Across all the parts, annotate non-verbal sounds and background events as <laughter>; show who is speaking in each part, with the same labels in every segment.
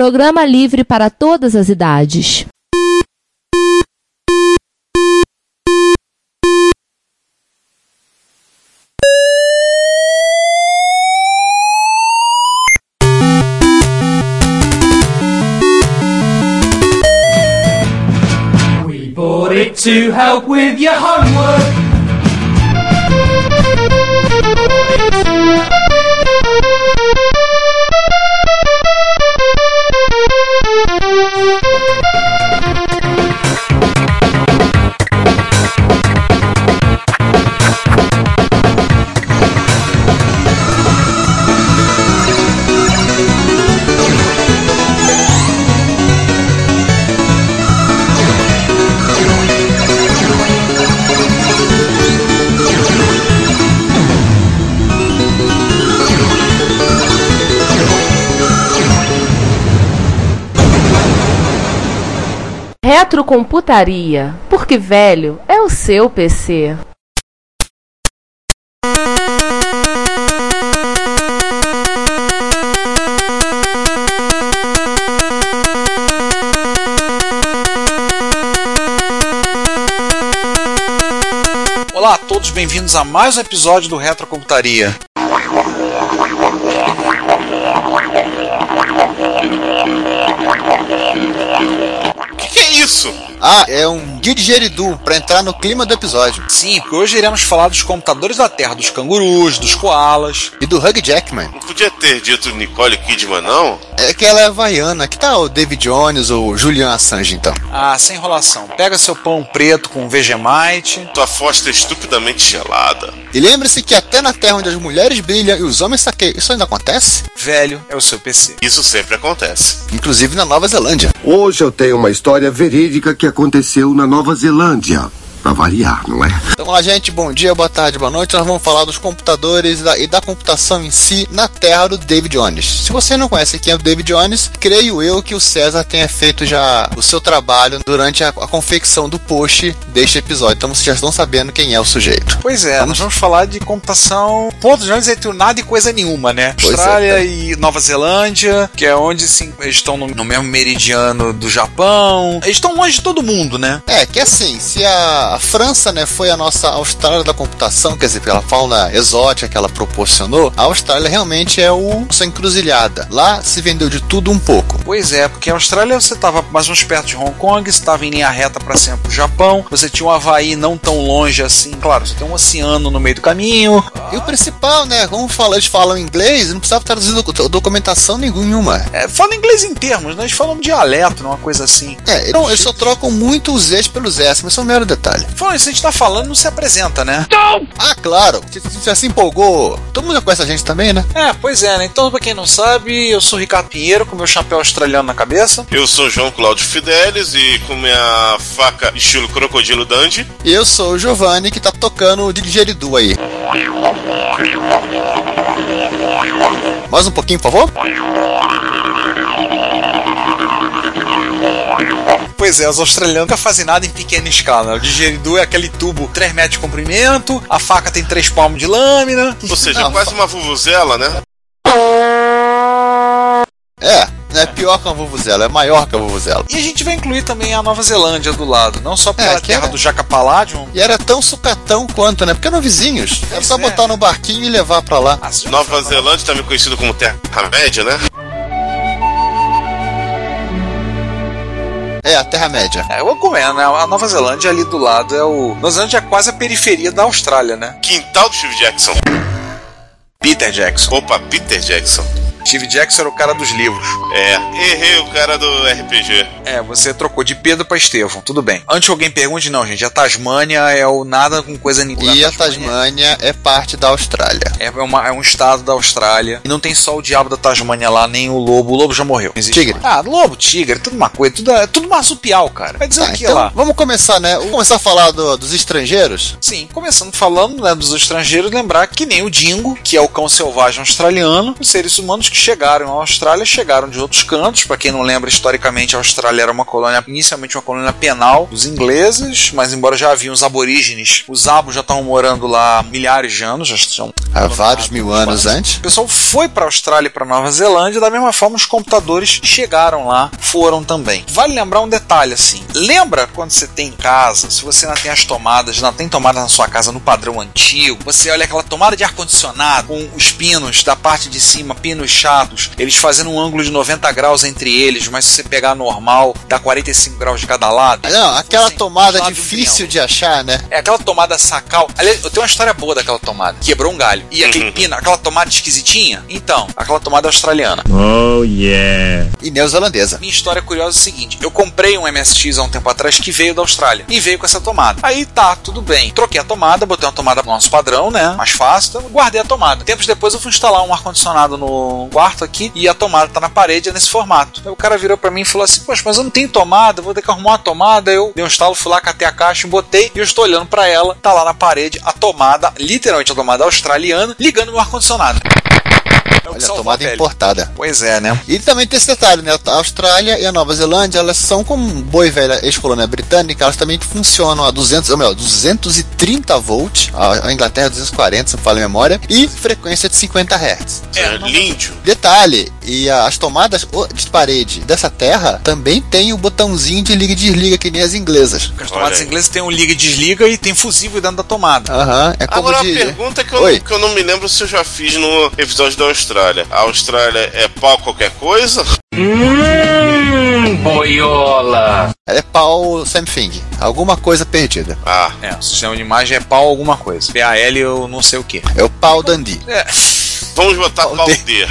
Speaker 1: Programa livre para todas as idades.
Speaker 2: We bought it to help with your homework.
Speaker 3: Retrocomputaria, porque velho é o seu PC.
Speaker 4: Olá a todos, bem-vindos a mais um episódio do Retrocomputaria. O que, que é isso?
Speaker 5: Ah, é um didgeridoo pra entrar no clima do episódio.
Speaker 4: Sim, porque hoje iremos falar dos computadores da Terra, dos cangurus, dos koalas.
Speaker 5: E do Hugh Jackman.
Speaker 6: Não podia ter dito Nicole Kidman, não?
Speaker 5: É que ela é havaiana. Que tal o David Jones ou Julian Assange, então?
Speaker 4: Ah, sem enrolação. Pega seu pão preto com Vegemite.
Speaker 6: Tua fossa é estupidamente gelada.
Speaker 5: E lembre-se que até na terra onde as mulheres brilham e os homens saqueiam, isso ainda acontece?
Speaker 4: Velho é o seu PC.
Speaker 6: Isso sempre acontece.
Speaker 5: Inclusive na Nova Zelândia.
Speaker 7: Hoje eu tenho uma história verídica que aconteceu na Nova Zelândia. Pra variar, não é?
Speaker 5: Então lá, gente, bom dia, boa tarde, boa noite. Nós vamos falar dos computadores e da, e da computação em si na terra do David Jones. Se você não conhece quem é o David Jones, creio eu que o César tenha feito já o seu trabalho durante a, a confecção do post deste episódio. Então vocês já estão sabendo quem é o sujeito.
Speaker 4: Pois é, nós vamos falar de computação. Pontos grandes entre o nada e coisa nenhuma, né?
Speaker 5: Pois é,
Speaker 4: Austrália
Speaker 5: tá.
Speaker 4: e Nova Zelândia, que é onde sim, eles estão no, no mesmo meridiano do Japão. Eles estão longe de todo mundo, né?
Speaker 5: É, que assim, se a, a França né, foi a nossa Austrália da computação, quer dizer, pela fauna exótica que ela proporcionou, a Austrália realmente é o essa encruzilhada. Lá se vendeu de tudo um pouco.
Speaker 4: Pois é, porque a Austrália você estava mais ou menos perto de Hong Kong, estava em linha reta para sempre o Japão, você tinha um Havaí não tão longe assim, claro, você tem um oceano no meio do caminho.
Speaker 5: E o principal, né, como fala, eles falam inglês, não precisava traduzir docu- documentação nenhuma.
Speaker 4: É, fala inglês em termos, né? eles falam dialeto, uma coisa assim.
Speaker 5: É, então, eles só trocam muito os Zs pelos S, mas isso é um mero detalhe.
Speaker 4: Falando isso, a gente tá falando, não se apresenta, né?
Speaker 5: Ah, claro, você, você se empolgou. Todo mundo já conhece a gente também, né?
Speaker 4: É, pois é, né? Então, pra quem não sabe, eu sou o Ricardo Pinheiro, com meu chapéu australiano na cabeça.
Speaker 6: Eu sou João Cláudio Fidelis e com minha faca estilo crocodilo dandy.
Speaker 5: E eu sou o Giovanni, que tá tocando o Didgeridoo aí. Mais um pouquinho, por favor?
Speaker 4: Pois é, os australianos nunca fazem nada em pequena escala. O digeridu é aquele tubo 3 metros de comprimento, a faca tem 3 palmos de lâmina.
Speaker 6: Ou seja,
Speaker 5: Não,
Speaker 6: quase uma vuvuzela, né?
Speaker 5: É, não é pior que a Vuvuzela, é maior que a Vuvuzela.
Speaker 4: E a gente vai incluir também a Nova Zelândia do lado, não só
Speaker 5: É,
Speaker 4: pela
Speaker 5: que
Speaker 4: terra
Speaker 5: era-
Speaker 4: do Jaca Paladium.
Speaker 5: E era tão sucatão quanto, né? Porque eram vizinhos. Era só
Speaker 4: Pois é.
Speaker 5: botar no barquinho e levar pra lá.
Speaker 4: Ah, você já ouviu
Speaker 6: Nova
Speaker 4: falar?
Speaker 6: Zelândia, também conhecido como Terra-média, né?
Speaker 5: É, a Terra-média.
Speaker 4: É, eu comendo, né? A Nova Zelândia ali do lado é o. Nova Zelândia é quase a periferia da Austrália, né?
Speaker 6: Quintal do Steve Jackson.
Speaker 4: Peter Jackson.
Speaker 6: Opa, Peter Jackson.
Speaker 4: Steve Jackson era o cara dos livros.
Speaker 6: É, errei o cara do RPG.
Speaker 4: É, você trocou de Pedro pra Estevão, tudo bem. Antes que alguém pergunte, não, gente, a Tasmânia é o tá nada com coisa nenhuma.
Speaker 5: E a Tasmânia é parte da Austrália.
Speaker 4: É, uma- é um estado da Austrália. E não tem só o diabo da Tasmânia lá, nem o lobo. O lobo já morreu. Não existe
Speaker 5: Tigre.
Speaker 4: mais. Ah, lobo, tigre, tudo uma coisa. Tudo, é tudo marsupial, cara. Vai dizer
Speaker 5: Tá,
Speaker 4: o que
Speaker 5: então
Speaker 4: lá?
Speaker 5: vamos começar, né? Vamos começar a falar do- dos estrangeiros?
Speaker 4: Sim, começando falando né, dos estrangeiros, lembrar que nem o Dingo, que é o cão selvagem australiano, os seres humanos que chegaram à Austrália chegaram de outros cantos. Para quem não lembra, historicamente a Austrália era uma colônia, inicialmente uma colônia penal dos ingleses, mas embora já haviam os aborígenes, os abos já estavam morando lá há milhares de anos, já estão
Speaker 5: Há vários mil anos antes.
Speaker 4: o pessoal foi para a Austrália e para Nova Zelândia, da mesma forma os computadores que chegaram lá, foram também. Vale lembrar um detalhe assim: lembra quando você tem em casa, se você não tem as tomadas, não tem tomada na sua casa no padrão antigo, você olha aquela tomada de ar-condicionado com os pinos da parte de cima, pinos chatos, eles fazendo um ângulo de 90 graus entre eles, mas se você pegar normal, dá 45 graus de cada lado.
Speaker 5: Não, aquela
Speaker 4: Assim,
Speaker 5: tomada
Speaker 4: lado de um triângulo.
Speaker 5: difícil de achar, né?
Speaker 4: É aquela tomada sacal. Aliás, eu tenho uma história boa daquela tomada. Quebrou um galho. E aquele pino, aquela tomada esquisitinha? Então, aquela tomada australiana.
Speaker 5: E neozelandesa.
Speaker 4: Minha história curiosa é o seguinte: eu comprei um MSX há um tempo atrás que veio da Austrália. E veio com essa tomada. Aí tá, tudo bem. Troquei a tomada, botei uma tomada pro nosso padrão, né? Mais fácil. Então, guardei a tomada. Tempos depois eu fui instalar um ar-condicionado no quarto aqui e a tomada tá na parede, é nesse formato. Aí o cara virou pra mim e falou assim: Poxa, mas eu não tenho tomada, eu vou ter que arrumar uma tomada. Eu dei um instalo, fui lá, catei a caixa, botei e eu estou olhando pra ela. Tá lá na parede a tomada, literalmente a tomada australiana, ligando meu ar-condicionado. É o que
Speaker 5: Olha,
Speaker 4: salvou
Speaker 5: tomada
Speaker 4: pele.
Speaker 5: importada.
Speaker 4: Pois é, né?
Speaker 5: E também tem esse detalhe, né? A Austrália e a Nova Zelândia, elas são como boa e velha ex-colônia britânica, elas também funcionam a 200, ou melhor, 230 volts, a a Inglaterra 240, se não falo a memória, e frequência de 50 Hz.
Speaker 6: É, Líndio.
Speaker 5: Detalhe, e a- as tomadas o- de parede dessa terra também tem o botãozinho de liga e desliga, que nem as inglesas.
Speaker 4: Porque as
Speaker 6: Olha
Speaker 4: tomadas
Speaker 6: aí.
Speaker 4: inglesas têm um liga e desliga e tem fusível dentro da tomada.
Speaker 5: Aham, é como
Speaker 6: Agora, uma
Speaker 5: de...
Speaker 6: pergunta que eu,
Speaker 5: Oi.
Speaker 6: não, que eu não me lembro se eu já fiz no episódio da Austrália. A Austrália é pau qualquer coisa?
Speaker 2: Mmm, boiola.
Speaker 5: Ela é pau Samsung, alguma coisa perdida.
Speaker 6: Ah,
Speaker 4: É, o sistema de imagem é pau alguma coisa. PAL eu não sei o que.
Speaker 5: É o pau Dundee.
Speaker 6: vamos botar pau
Speaker 5: D.
Speaker 6: D.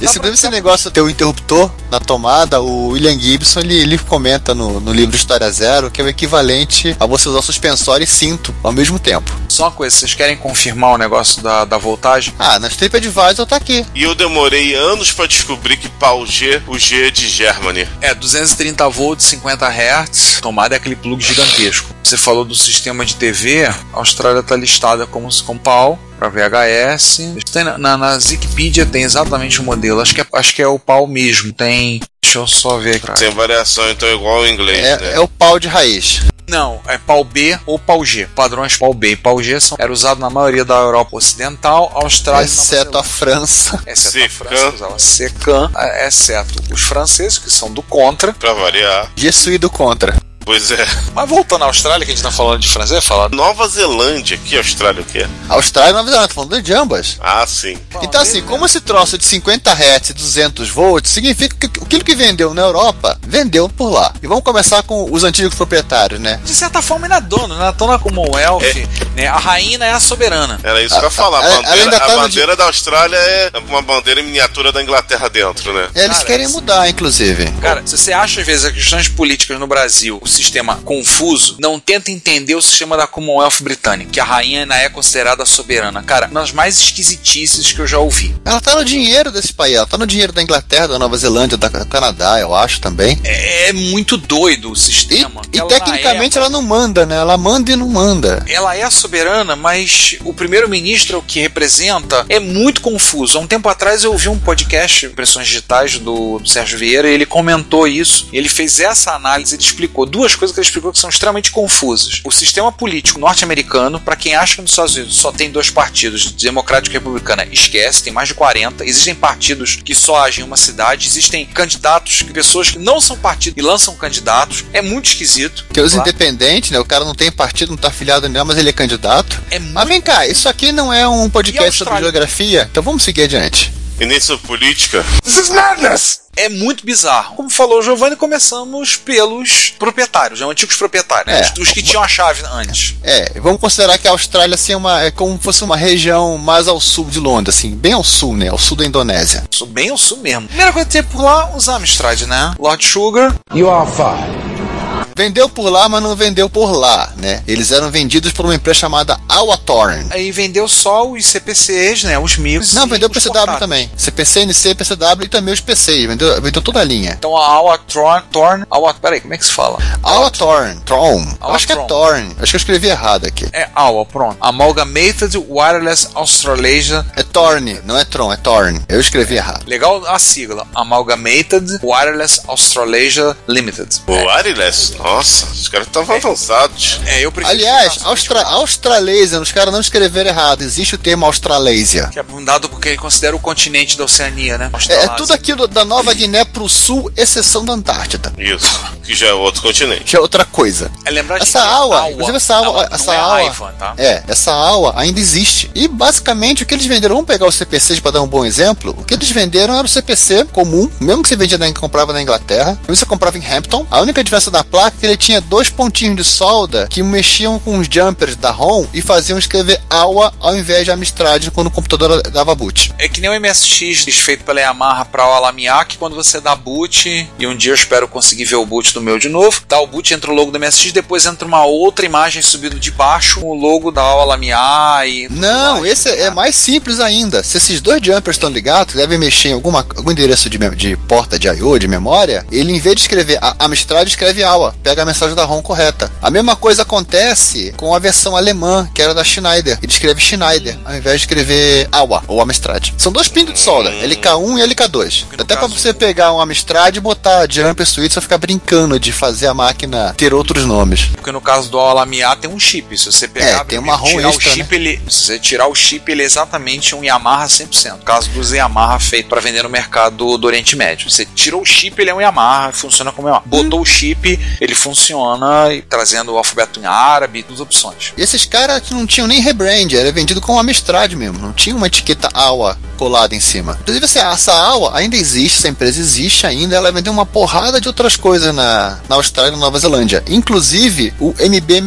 Speaker 5: Esse, esse negócio de ter o interruptor na tomada, o William Gibson ele, ele comenta no, no livro História Zero que é o equivalente a você usar suspensório e cinto ao mesmo tempo.
Speaker 4: Só uma coisa, vocês querem confirmar o negócio da, da voltagem?
Speaker 5: Ah, na TripAdvisor tá aqui.
Speaker 6: E eu demorei anos pra descobrir que pau G, o G é de Germany.
Speaker 4: É, 230 volts, 50 Hz. Tomada é aquele plug gigantesco. Você falou do sistema de TV, a Austrália tá listada como com pau para VHS. Tem na, na, na Wikipedia tem exatamente o modelo. Acho que é, acho que é o pau mesmo. Tem. Deixa eu só ver aqui.
Speaker 6: Sem variação, então é igual ao inglês, né?
Speaker 5: É, é o pau de raiz.
Speaker 4: Não, é pau B ou pau G. Padrões pau B e pau G são, era usado na maioria da Europa Ocidental, Austrália e
Speaker 5: exceto
Speaker 4: Nova
Speaker 5: a França.
Speaker 4: Zelândia. Exceto a
Speaker 6: Secan.
Speaker 4: França, que usava secan, ah, exceto os franceses, que são do contra.
Speaker 6: Pra variar.
Speaker 5: Gesuído contra.
Speaker 6: Pois é. <laughs>
Speaker 4: Mas voltando à Austrália, que a gente tá falando de francês, falando.
Speaker 6: Nova Zelândia, que Austrália o quê?
Speaker 5: Austrália e Nova Zelândia, tô falando de ambas.
Speaker 6: Ah, sim.
Speaker 5: Então, assim, como esse troço de 50 Hz e 200 volts significa que aquilo que vendeu na Europa, vendeu por lá. E vamos começar com os antigos proprietários, né?
Speaker 4: De certa forma, ainda é dono, né? Tona Commonwealth, né? A rainha é a soberana.
Speaker 6: Era isso que eu ia falar.
Speaker 5: Ela-
Speaker 6: A
Speaker 5: ela ainda
Speaker 6: bandeira, a
Speaker 5: tá no
Speaker 6: bandeira da Austrália é uma bandeira em miniatura da Inglaterra dentro, né?
Speaker 5: Eles
Speaker 4: Cara,
Speaker 5: querem
Speaker 4: essa-
Speaker 5: mudar, inclusive.
Speaker 4: Cara, se você acha às vezes as questões políticas no Brasil, o sistema confuso, não tenta entender o sistema da Commonwealth britânica, que a rainha ainda é considerada soberana. Cara, uma das mais esquisitices que eu já ouvi.
Speaker 5: Ela tá no dinheiro desse país, ela tá no dinheiro da Inglaterra, da Nova Zelândia, da do Canadá, eu acho também.
Speaker 4: é muito doido o
Speaker 5: E,
Speaker 4: sistema.
Speaker 5: e
Speaker 4: É, Ela, na
Speaker 5: tecnicamente ela não manda, né? Ela manda e não manda.
Speaker 4: ela é soberana, mas o primeiro-ministro que representa é muito confuso. Há um tempo atrás eu ouvi um podcast, Impressões Digitais, do, do Sérgio Vieira, e ele comentou isso. Ele fez essa análise, ele explicou duas coisas que ele explicou que são extremamente confusas. O sistema político norte-americano, para quem acha que nos Estados Unidos só tem dois partidos, democrático e republicano, é, esquece, tem mais de 40. Existem partidos que só agem em uma cidade, existem candidatos, pessoas que não são partido e lançam candidatos. É muito esquisito. Tá?
Speaker 5: Porque os
Speaker 4: Lá.
Speaker 5: independentes, né? O cara não tem partido, não tá afiliado a nenhum, mas ele é candidato.
Speaker 4: É
Speaker 5: Mas vem cá, isso aqui não é um
Speaker 4: E a
Speaker 5: podcast sobre
Speaker 4: Austrália?
Speaker 5: geografia, então vamos seguir adiante.
Speaker 6: E nem sobre política.
Speaker 4: é muito bizarro. Como falou o Giovanni, começamos pelos proprietários, né, antigos proprietários, né,
Speaker 5: É.
Speaker 4: os, os que tinham a chave antes.
Speaker 5: É, vamos considerar que a Austrália assim, é, uma, é como se fosse uma região mais ao sul de Londres, assim, bem ao sul, né? Ao sul da Indonésia.
Speaker 4: Sou bem ou sou mesmo. Primeira coisa que tem por lá, os Amstrad, né? Lord Sugar.
Speaker 5: Vendeu por lá, mas não vendeu por lá, né? Eles eram vendidos por uma empresa chamada Awatorn.
Speaker 4: Aí vendeu só os CPCs, né? Os MIPs.
Speaker 5: Não,
Speaker 4: e
Speaker 5: vendeu
Speaker 4: os
Speaker 5: pro CW
Speaker 4: portáteis.
Speaker 5: também. CPC, NC, PCW e também os PCs. Vendeu, vendeu toda a linha.
Speaker 4: Então a Alwatron, Torn, Awa, peraí, como é que se fala?
Speaker 5: Awatorn, Tron. Eu Acho que é
Speaker 4: Awatorn.
Speaker 5: Torn. Acho que eu escrevi errado aqui.
Speaker 4: É Awa, pronto. Amalgamated Wireless Australasia.
Speaker 5: É Torn, não é Tron, é Torn. Eu escrevi errado.
Speaker 4: Legal a sigla. Amalgamated Wireless Australasia Limited.
Speaker 6: O Ariles, nossa, os caras estavam avançados.
Speaker 4: É, eu prefiro.
Speaker 5: Aliás,
Speaker 4: ficar-
Speaker 5: Austra Australasia, os caras não escreveram errado. Existe o termo Australasia.
Speaker 4: Que é um dado porque ele considera o continente da Oceania, né?
Speaker 5: É, é
Speaker 4: Australásia.
Speaker 5: tudo aquilo da Nova Guiné pro sul, exceção da Antártida.
Speaker 6: Isso, que já é outro continente.
Speaker 5: Que é outra coisa.
Speaker 4: É lembrar gente,
Speaker 5: Essa
Speaker 4: é
Speaker 5: aula, inclusive essa aula,
Speaker 4: não
Speaker 5: essa
Speaker 4: é
Speaker 5: aula,
Speaker 4: Aiva, tá?
Speaker 5: é, essa aula ainda existe. E basicamente o que eles venderam, vamos pegar os CPCs para dar um bom exemplo. O que eles venderam era o CPC comum, mesmo que você vendia na, comprava na Inglaterra, mesmo que você comprava em Hampton. A única diferença da placa é que ele tinha dois pontinhos de solda que mexiam com os jumpers da ROM e faziam escrever aula ao invés de Amstrad quando o computador dava boot.
Speaker 4: É que nem o MSX desfeito pela Yamaha pra Alamiá, que quando você dá boot, e um dia eu espero conseguir ver o boot do meu de novo, dá o boot, entra o logo do MSX, depois entra uma outra imagem subindo de baixo, o logo da Alamiá e... tudo
Speaker 5: Não,
Speaker 4: mais,
Speaker 5: esse
Speaker 4: né?
Speaker 5: é, mais simples ainda. Se esses dois jumpers estão ligados, devem mexer em alguma, algum endereço de, mem- de porta de I.O., de memória, ele em vez de escrever a Amstrad, escreve AWA, pega a mensagem da ROM correta. A mesma coisa acontece com a versão alemã, que era da Schneider. Ele escreve Schneider, ao invés de escrever AWA ou Amstrad. São dois pinos de solda, LK1 e LK2.
Speaker 4: Que Hum. no
Speaker 5: Até pra
Speaker 4: caso-
Speaker 5: você pegar um Amstrad e botar jumper suíte, só ficar brincando de fazer a máquina ter outros nomes.
Speaker 4: Porque no caso do Alamiá tem um chip, se você pegar...
Speaker 5: É,
Speaker 4: abrir
Speaker 5: tem
Speaker 4: o
Speaker 5: uma
Speaker 4: livro,
Speaker 5: ROM
Speaker 4: tirar
Speaker 5: extra, né?
Speaker 4: o chip, ele, Se você tirar o chip, ele é exatamente um Yamaha 100%. No caso dos Yamaha feito pra vender no mercado do Oriente Médio. Você tirou o chip, ele é um Yamaha, funciona como Yamaha. Botou o chip, ele funciona, e trazendo o alfabeto em árabe e todas as opções.
Speaker 5: E esses caras não tinham nem rebrand, era vendido como Amstrad mesmo, não tinha uma etiqueta AWA colada em cima. Inclusive, assim, essa AWA ainda existe, essa empresa existe ainda, ela vendeu uma porrada de outras coisas na, na Austrália e na Nova Zelândia, inclusive o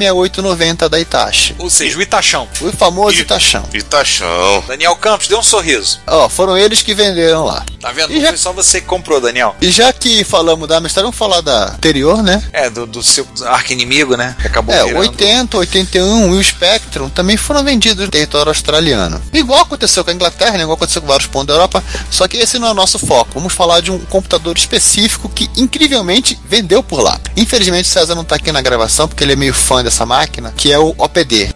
Speaker 5: MB6890 da Itachi,
Speaker 4: Ou seja, o Itachão.
Speaker 5: o famoso Itachão.
Speaker 6: Itachão.
Speaker 4: Daniel Campos, deu um sorriso.
Speaker 5: Ó, foram eles que venderam lá.
Speaker 4: Tá vendo?
Speaker 5: E
Speaker 4: Não
Speaker 5: já-
Speaker 4: foi só você que comprou, Daniel.
Speaker 5: E já que falamos da Amstrad, vamos falar da anterior, né?
Speaker 4: É, do, do seu arco-inimigo, né? Que acabou
Speaker 5: É, o
Speaker 4: virando.
Speaker 5: 80, 81 e o Spectrum também foram vendidos no território australiano. Igual aconteceu com a Inglaterra, né? igual aconteceu com vários pontos da Europa, só que esse não é o nosso foco. Vamos falar de um computador específico que incrivelmente vendeu por lá. Infelizmente o César não tá aqui na gravação porque ele é meio fã dessa máquina, que é o OPD.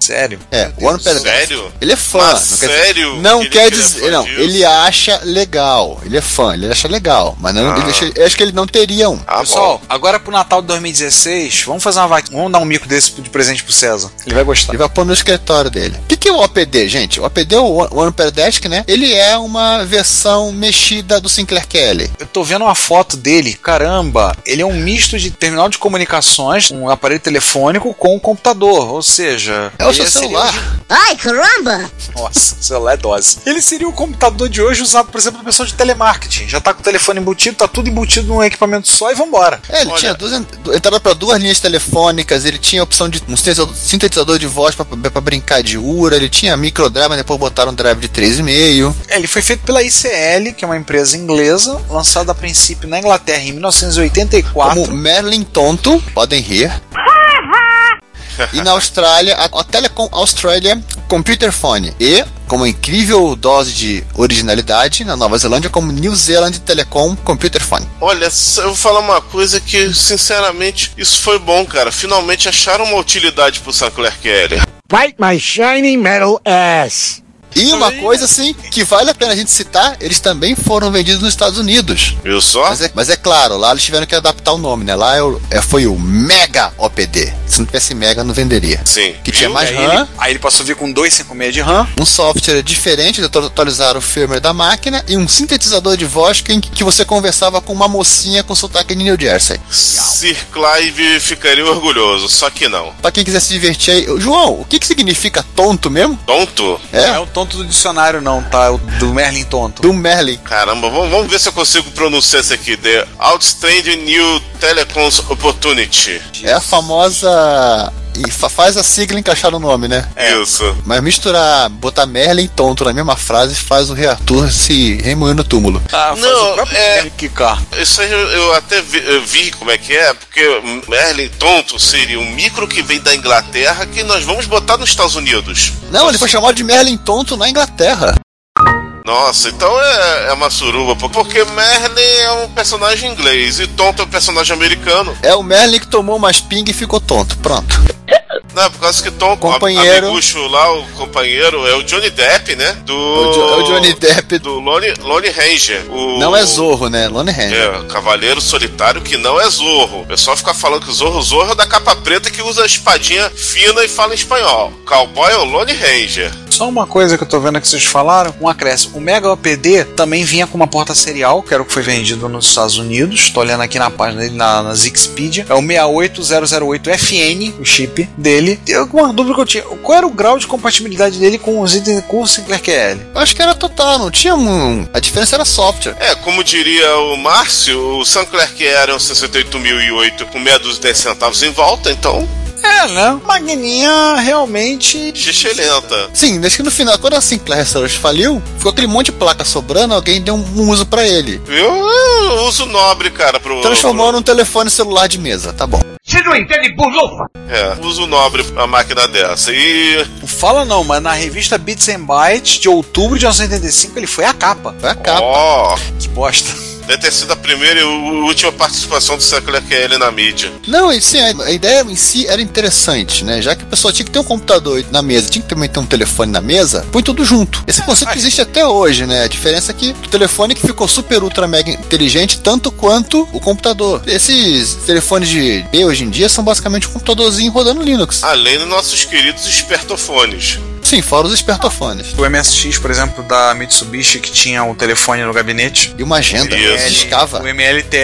Speaker 4: Sério.
Speaker 5: É, o One Pedal.
Speaker 6: Sério?
Speaker 5: Ele é fã.
Speaker 6: Mas
Speaker 5: não quer dizer-
Speaker 6: sério?
Speaker 5: não
Speaker 6: Ele
Speaker 5: quer
Speaker 6: que ele é
Speaker 5: dizer.
Speaker 6: fã
Speaker 5: não,
Speaker 6: disso?
Speaker 5: ele acha legal. Ele é fã, ele acha legal. Mas não, ele acha- eu acho que ele não teria um.
Speaker 6: Ah,
Speaker 4: Pessoal, agora pro Natal de 2016, vamos fazer uma vaquinha. Vamos dar um mico desse de presente pro César. Ele vai gostar.
Speaker 5: Ele vai pôr no escritório dele. O que, que é o OPD, gente? O OPD, o One- One Per Desk, né? Ele é uma versão mexida do Sinclair Kelly.
Speaker 4: Eu tô vendo uma foto dele, caramba, ele é um misto de terminal de comunicações, um aparelho telefônico com um computador, ou seja...
Speaker 5: É o
Speaker 4: ele
Speaker 5: seu
Speaker 4: seria
Speaker 5: celular.
Speaker 8: Ai, caramba!
Speaker 4: o de- Nossa, <laughs> o celular é dose. Ele seria o computador de hoje usado, por exemplo, pelo pessoal de telemarketing. Já tá com o telefone embutido, tá tudo embutido num equipamento só e vambora.
Speaker 5: É, ele
Speaker 6: Olha.
Speaker 5: tinha duas, en- du- entrada para duas linhas telefônicas, ele tinha a opção de um sintetizador- sintetizador de voz para brincar de URA, ele tinha micro drive, mas depois botaram um drive de 3,5.
Speaker 4: É, ele foi feito pela ICL, que é uma empresa inglesa, lançada a princípio na Inglaterra em 1984.
Speaker 5: Como Merlin Tonto, podem rir. e na Austrália, a, a Telecom Australia Computer Phone. E, com uma incrível dose de originalidade, na Nova Zelândia, como New Zealand Telecom Computer Phone.
Speaker 6: Olha, só eu vou falar uma coisa que, sinceramente, isso foi bom, cara. Finalmente acharam uma utilidade pro Sinclair Kelly.
Speaker 9: Bite my shiny metal ass.
Speaker 5: E uma coisa assim que vale a pena a gente citar, eles também foram vendidos nos Estados Unidos.
Speaker 6: Viu só?
Speaker 5: Mas é, mas é claro, lá eles tiveram que adaptar o nome, né? Lá é o- é- foi o Mega OPD. Se não tivesse Mega, não venderia.
Speaker 6: Sim.
Speaker 5: Que tinha
Speaker 6: viu?
Speaker 5: mais
Speaker 4: Aí
Speaker 5: RAM.
Speaker 4: ele, aí ele passou a vir com 256 de RAM.
Speaker 5: um software diferente, eles atualizaram o firmware da máquina e um sintetizador de voz que, que você conversava com uma mocinha com sotaque de New Jersey.
Speaker 6: Sir Clive ficaria orgulhoso, só que não.
Speaker 5: Pra quem quiser se divertir aí, Ô, João, o que, que significa tonto mesmo?
Speaker 6: Tonto?
Speaker 4: Não é o tonto do dicionário, não, tá? É o do Merlin Tonto.
Speaker 5: Do Merlin.
Speaker 6: Caramba, vamos, vamos ver se eu consigo pronunciar isso aqui. The Outstanding New Telecoms Opportunity.
Speaker 5: É a famosa E fa- faz a sigla encaixar no nome, né?
Speaker 6: Isso.
Speaker 5: Mas misturar, botar Merlin e tonto na mesma frase faz o rei Arthur se remoer no túmulo.
Speaker 4: Ah, faz
Speaker 6: Não,
Speaker 4: o próprio
Speaker 6: é-
Speaker 4: Merlin quicar.
Speaker 6: Isso aí eu, eu até vi, eu vi como é que é, porque Merlin tonto seria um micro que vem da Inglaterra que nós vamos botar nos Estados Unidos.
Speaker 5: Não, ele foi chamado de Merlin tonto na Inglaterra.
Speaker 6: Nossa, então é, é uma suruba, pô, porque Merlin é um personagem inglês e tonto é um personagem americano.
Speaker 5: É o Merlin que tomou umas pingas e ficou tonto. Pronto.
Speaker 6: Não, é por causa que Tom,
Speaker 5: Companheiro.
Speaker 6: o amigucho lá, o companheiro, é o Johnny Depp, né? Do,
Speaker 5: O Jo- é o Johnny Depp.
Speaker 6: Do Lone, Lone Ranger. O-
Speaker 5: Não é Zorro, né? Lone Hand.
Speaker 6: É, Cavaleiro Solitário que não é Zorro. O pessoal fica falando que o Zorro, Zorro é da capa preta que usa a espadinha fina e fala em espanhol. Cowboy é o Lone Ranger.
Speaker 4: Só uma coisa que eu tô vendo que vocês falaram, um acréscimo. O Mega OPD também vinha com uma porta serial, que era o que foi vendido nos Estados Unidos. Tô olhando aqui na página dele, na, na Zixpedia. É o 68008FN, o chip dele. E alguma dúvida que eu tinha. Qual era o grau de compatibilidade dele com os itens com o Sinclair QL?
Speaker 5: Eu acho que era total, não tinha um. A diferença era software.
Speaker 6: É, como diria o Márcio, o Sinclair que era um 68.008 com meia dúzia de 10 centavos em volta, então,
Speaker 4: É, né? Magninha realmente.
Speaker 6: xixi lenta.
Speaker 5: Sim, desde que no final, quando a Sinclair Restaurant faliu, ficou aquele monte de placa sobrando, alguém deu um uso pra ele.
Speaker 6: Eu, eu uso nobre, cara, pro.
Speaker 5: Transformou num telefone celular de mesa, tá bom.
Speaker 6: pro- É, uso nobre pra máquina dessa. E
Speaker 4: Fala não, mas na revista Bits and Bytes de outubro de 1985 ele foi a capa.
Speaker 5: Vai a capa.
Speaker 6: Ó,
Speaker 4: Que bosta.
Speaker 6: deve ter sido a primeira e u- última participação do Sinclair QL na mídia.
Speaker 5: Não, e sim, a a ideia em si era interessante, né? Já que a pessoa tinha que ter um computador na mesa, tinha que também ter um telefone na mesa, põe tudo junto. Esse conceito existe até hoje, né? A diferença é que o telefone que ficou super, ultra, mega inteligente, tanto quanto o computador. Esses telefones de B hoje em dia são basicamente um computadorzinho rodando Linux.
Speaker 6: Além dos nossos queridos espertofones.
Speaker 5: Sim, fora os espertofones.
Speaker 4: O MSX, por exemplo, da Mitsubishi, que tinha o telefone no gabinete.
Speaker 5: E uma agenda,
Speaker 6: Isso.
Speaker 5: que
Speaker 4: O
Speaker 5: discava.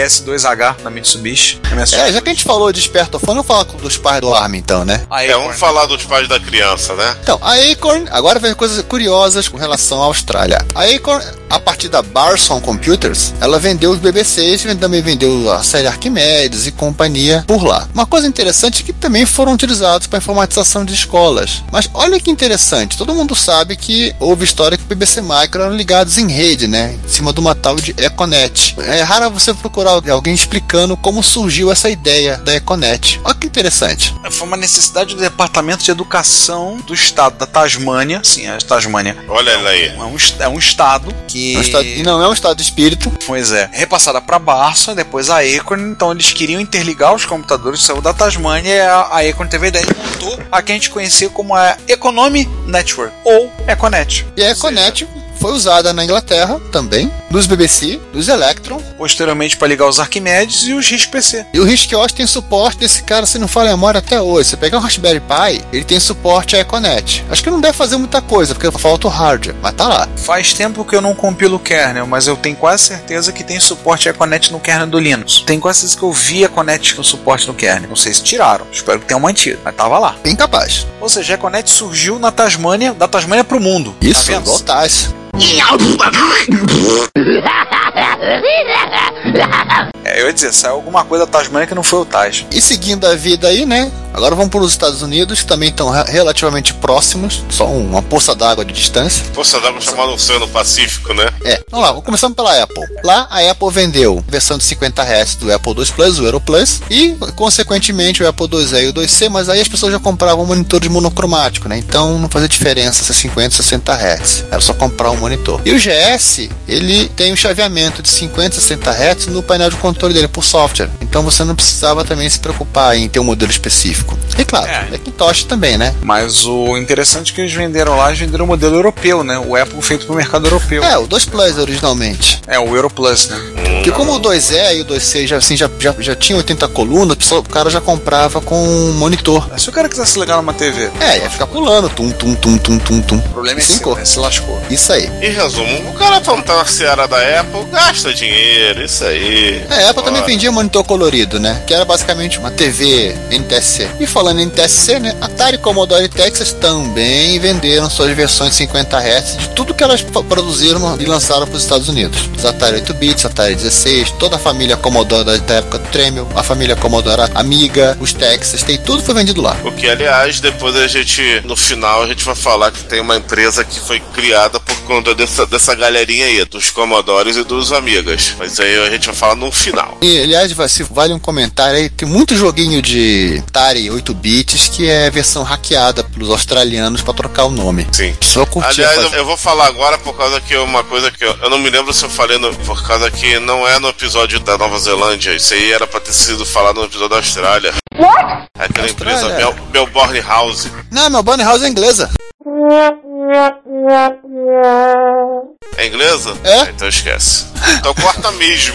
Speaker 4: MLTS2H da Mitsubishi. MSX.
Speaker 5: É, já que a gente falou de espertofone, vamos falar dos pais do Armin então, né?
Speaker 4: Aí,
Speaker 6: É, vamos falar dos pais da criança, né?
Speaker 5: Então, a Acorn, agora vem coisas curiosas com relação à Austrália. A Acorn, a partir da Barson Computers, ela vendeu os BBC6 e também vendeu a série Arquimedes e companhia por lá. Uma coisa interessante é que também foram utilizados para informatização de escolas. Mas olha que interessante, todo mundo sabe que houve história que o BBC Micro eram ligados em rede, né? Em cima de uma tal de Econet. É raro você procurar alguém explicando como surgiu essa ideia da Econet. Olha que interessante.
Speaker 4: é, Foi uma necessidade do Departamento de Educação do Estado da Tasmânia. Sim, a Tasmânia.
Speaker 6: Olha ela aí.
Speaker 4: É um, est- é um estado que.
Speaker 5: É um estado- e não é um estado de espírito,
Speaker 4: Pois é. Repassada para Barça, depois a Acorn. Então eles queriam interligar os computadores do céu da Tasmânia e a, a Acorn teve a ideia e montou a que a gente conhecia como a Economy Network ou Econet.
Speaker 5: E a Econet foi usada na Inglaterra também, dos BBC, dos Electron.
Speaker 4: Posteriormente para ligar os Arquimedes e os RISC-PC.
Speaker 5: E o RISC-OS tem suporte desse cara, se não fala a memória até hoje. Você pegar um Raspberry Pi, ele tem suporte à Econet. Acho que não deve fazer muita coisa, porque falta o hardware, mas tá lá.
Speaker 4: Faz tempo que eu não compilo o kernel, mas eu tenho quase certeza que tem suporte a Econet no kernel do Linux. Tenho quase certeza que eu vi a Econet com suporte no kernel. Não sei se tiraram, espero que tenham mantido, mas tava lá.
Speaker 5: Bem capaz.
Speaker 4: Ou seja, a Econet surgiu na Tasmânia, da Tasmânia pro mundo.
Speaker 5: Isso,
Speaker 4: tá
Speaker 5: igual
Speaker 4: vendo?
Speaker 5: TAS.
Speaker 4: É, eu ia dizer, saiu alguma coisa da Tasmânia que não foi o Taj.
Speaker 5: E seguindo a vida aí, né? Agora vamos para os Estados Unidos, que também estão re- relativamente próximos, só uma poça d'água de distância.
Speaker 6: Poxa, dá pra chamar no Oceano Pacífico, né?
Speaker 5: É, vamos lá, começando pela Apple. Lá a Apple vendeu a versão de 50 Hz do Apple II Plus, o Aero Plus, e consequentemente o Apple IIe e o 2C, mas aí as pessoas já compravam um monitores monocromáticos, né? Então não fazia diferença se é 50 ou 60 Hz, era só comprar um monitor. E o GS, ele tem um chaveamento de 50 e 60 Hz no painel de controle dele por software. Então você não precisava também se preocupar em ter um modelo específico. E claro,
Speaker 4: É.
Speaker 5: Macintosh também, né?
Speaker 4: Mas o interessante é que eles venderam lá, eles venderam o modelo europeu, né? O Apple feito pro mercado europeu.
Speaker 5: É, o 2 Plus originalmente.
Speaker 4: É, o Europlus, né?
Speaker 5: Porque como o 2E e o 2C já, assim, já, já, já tinha 80 colunas, o pessoal- o cara já comprava com um monitor.
Speaker 4: Se o cara quisesse ligar numa TV,
Speaker 5: É, ia ficar pulando, tum, tum, tum, tum, tum, tum.
Speaker 4: o problema é
Speaker 5: Cinco.
Speaker 4: seu, né? Se lascou.
Speaker 5: Isso aí.
Speaker 6: Em resumo, o cara plantar a seara da Apple gasta dinheiro, isso aí.
Speaker 5: É, a Apple também vendia monitor colorido, né? Que era basicamente uma TV NTSC. E falando em NTSC, né? Atari e Commodore Texas também venderam suas versões 50 Hz de tudo que elas p- produziram e lançaram para os Estados Unidos. Os Atari 8 bits, Atari 16, toda a família Commodore da- da época do Tremel, a família Commodore Amiga, os Texas, tem tudo foi vendido lá.
Speaker 6: O que, aliás, depois a gente, no final, a gente vai falar que tem uma empresa que foi criada por conta dessa, dessa galerinha aí, dos Commodores e dos Amigas. Mas aí a gente vai falar no final.
Speaker 5: E, aliás, va- se vale um comentário aí, tem muito joguinho de Atari 8 bits que é versão hackeada pelos australianos para trocar o nome.
Speaker 6: Sim.
Speaker 5: Só curtir.
Speaker 6: Aliás, eu, eu vou falar agora por causa que uma coisa que eu, eu não me lembro se eu falei no- por causa que não é no episódio da Nova Zelândia. Isso aí era pra ter sido falado no episódio da Austrália. What? Aquela empresa
Speaker 5: Austrália?
Speaker 6: Mel, Melbourne House.
Speaker 5: Não, meu Bunny House é inglesa.
Speaker 6: É inglesa?
Speaker 5: É.
Speaker 6: Ah, Então esquece. Então corta mesmo.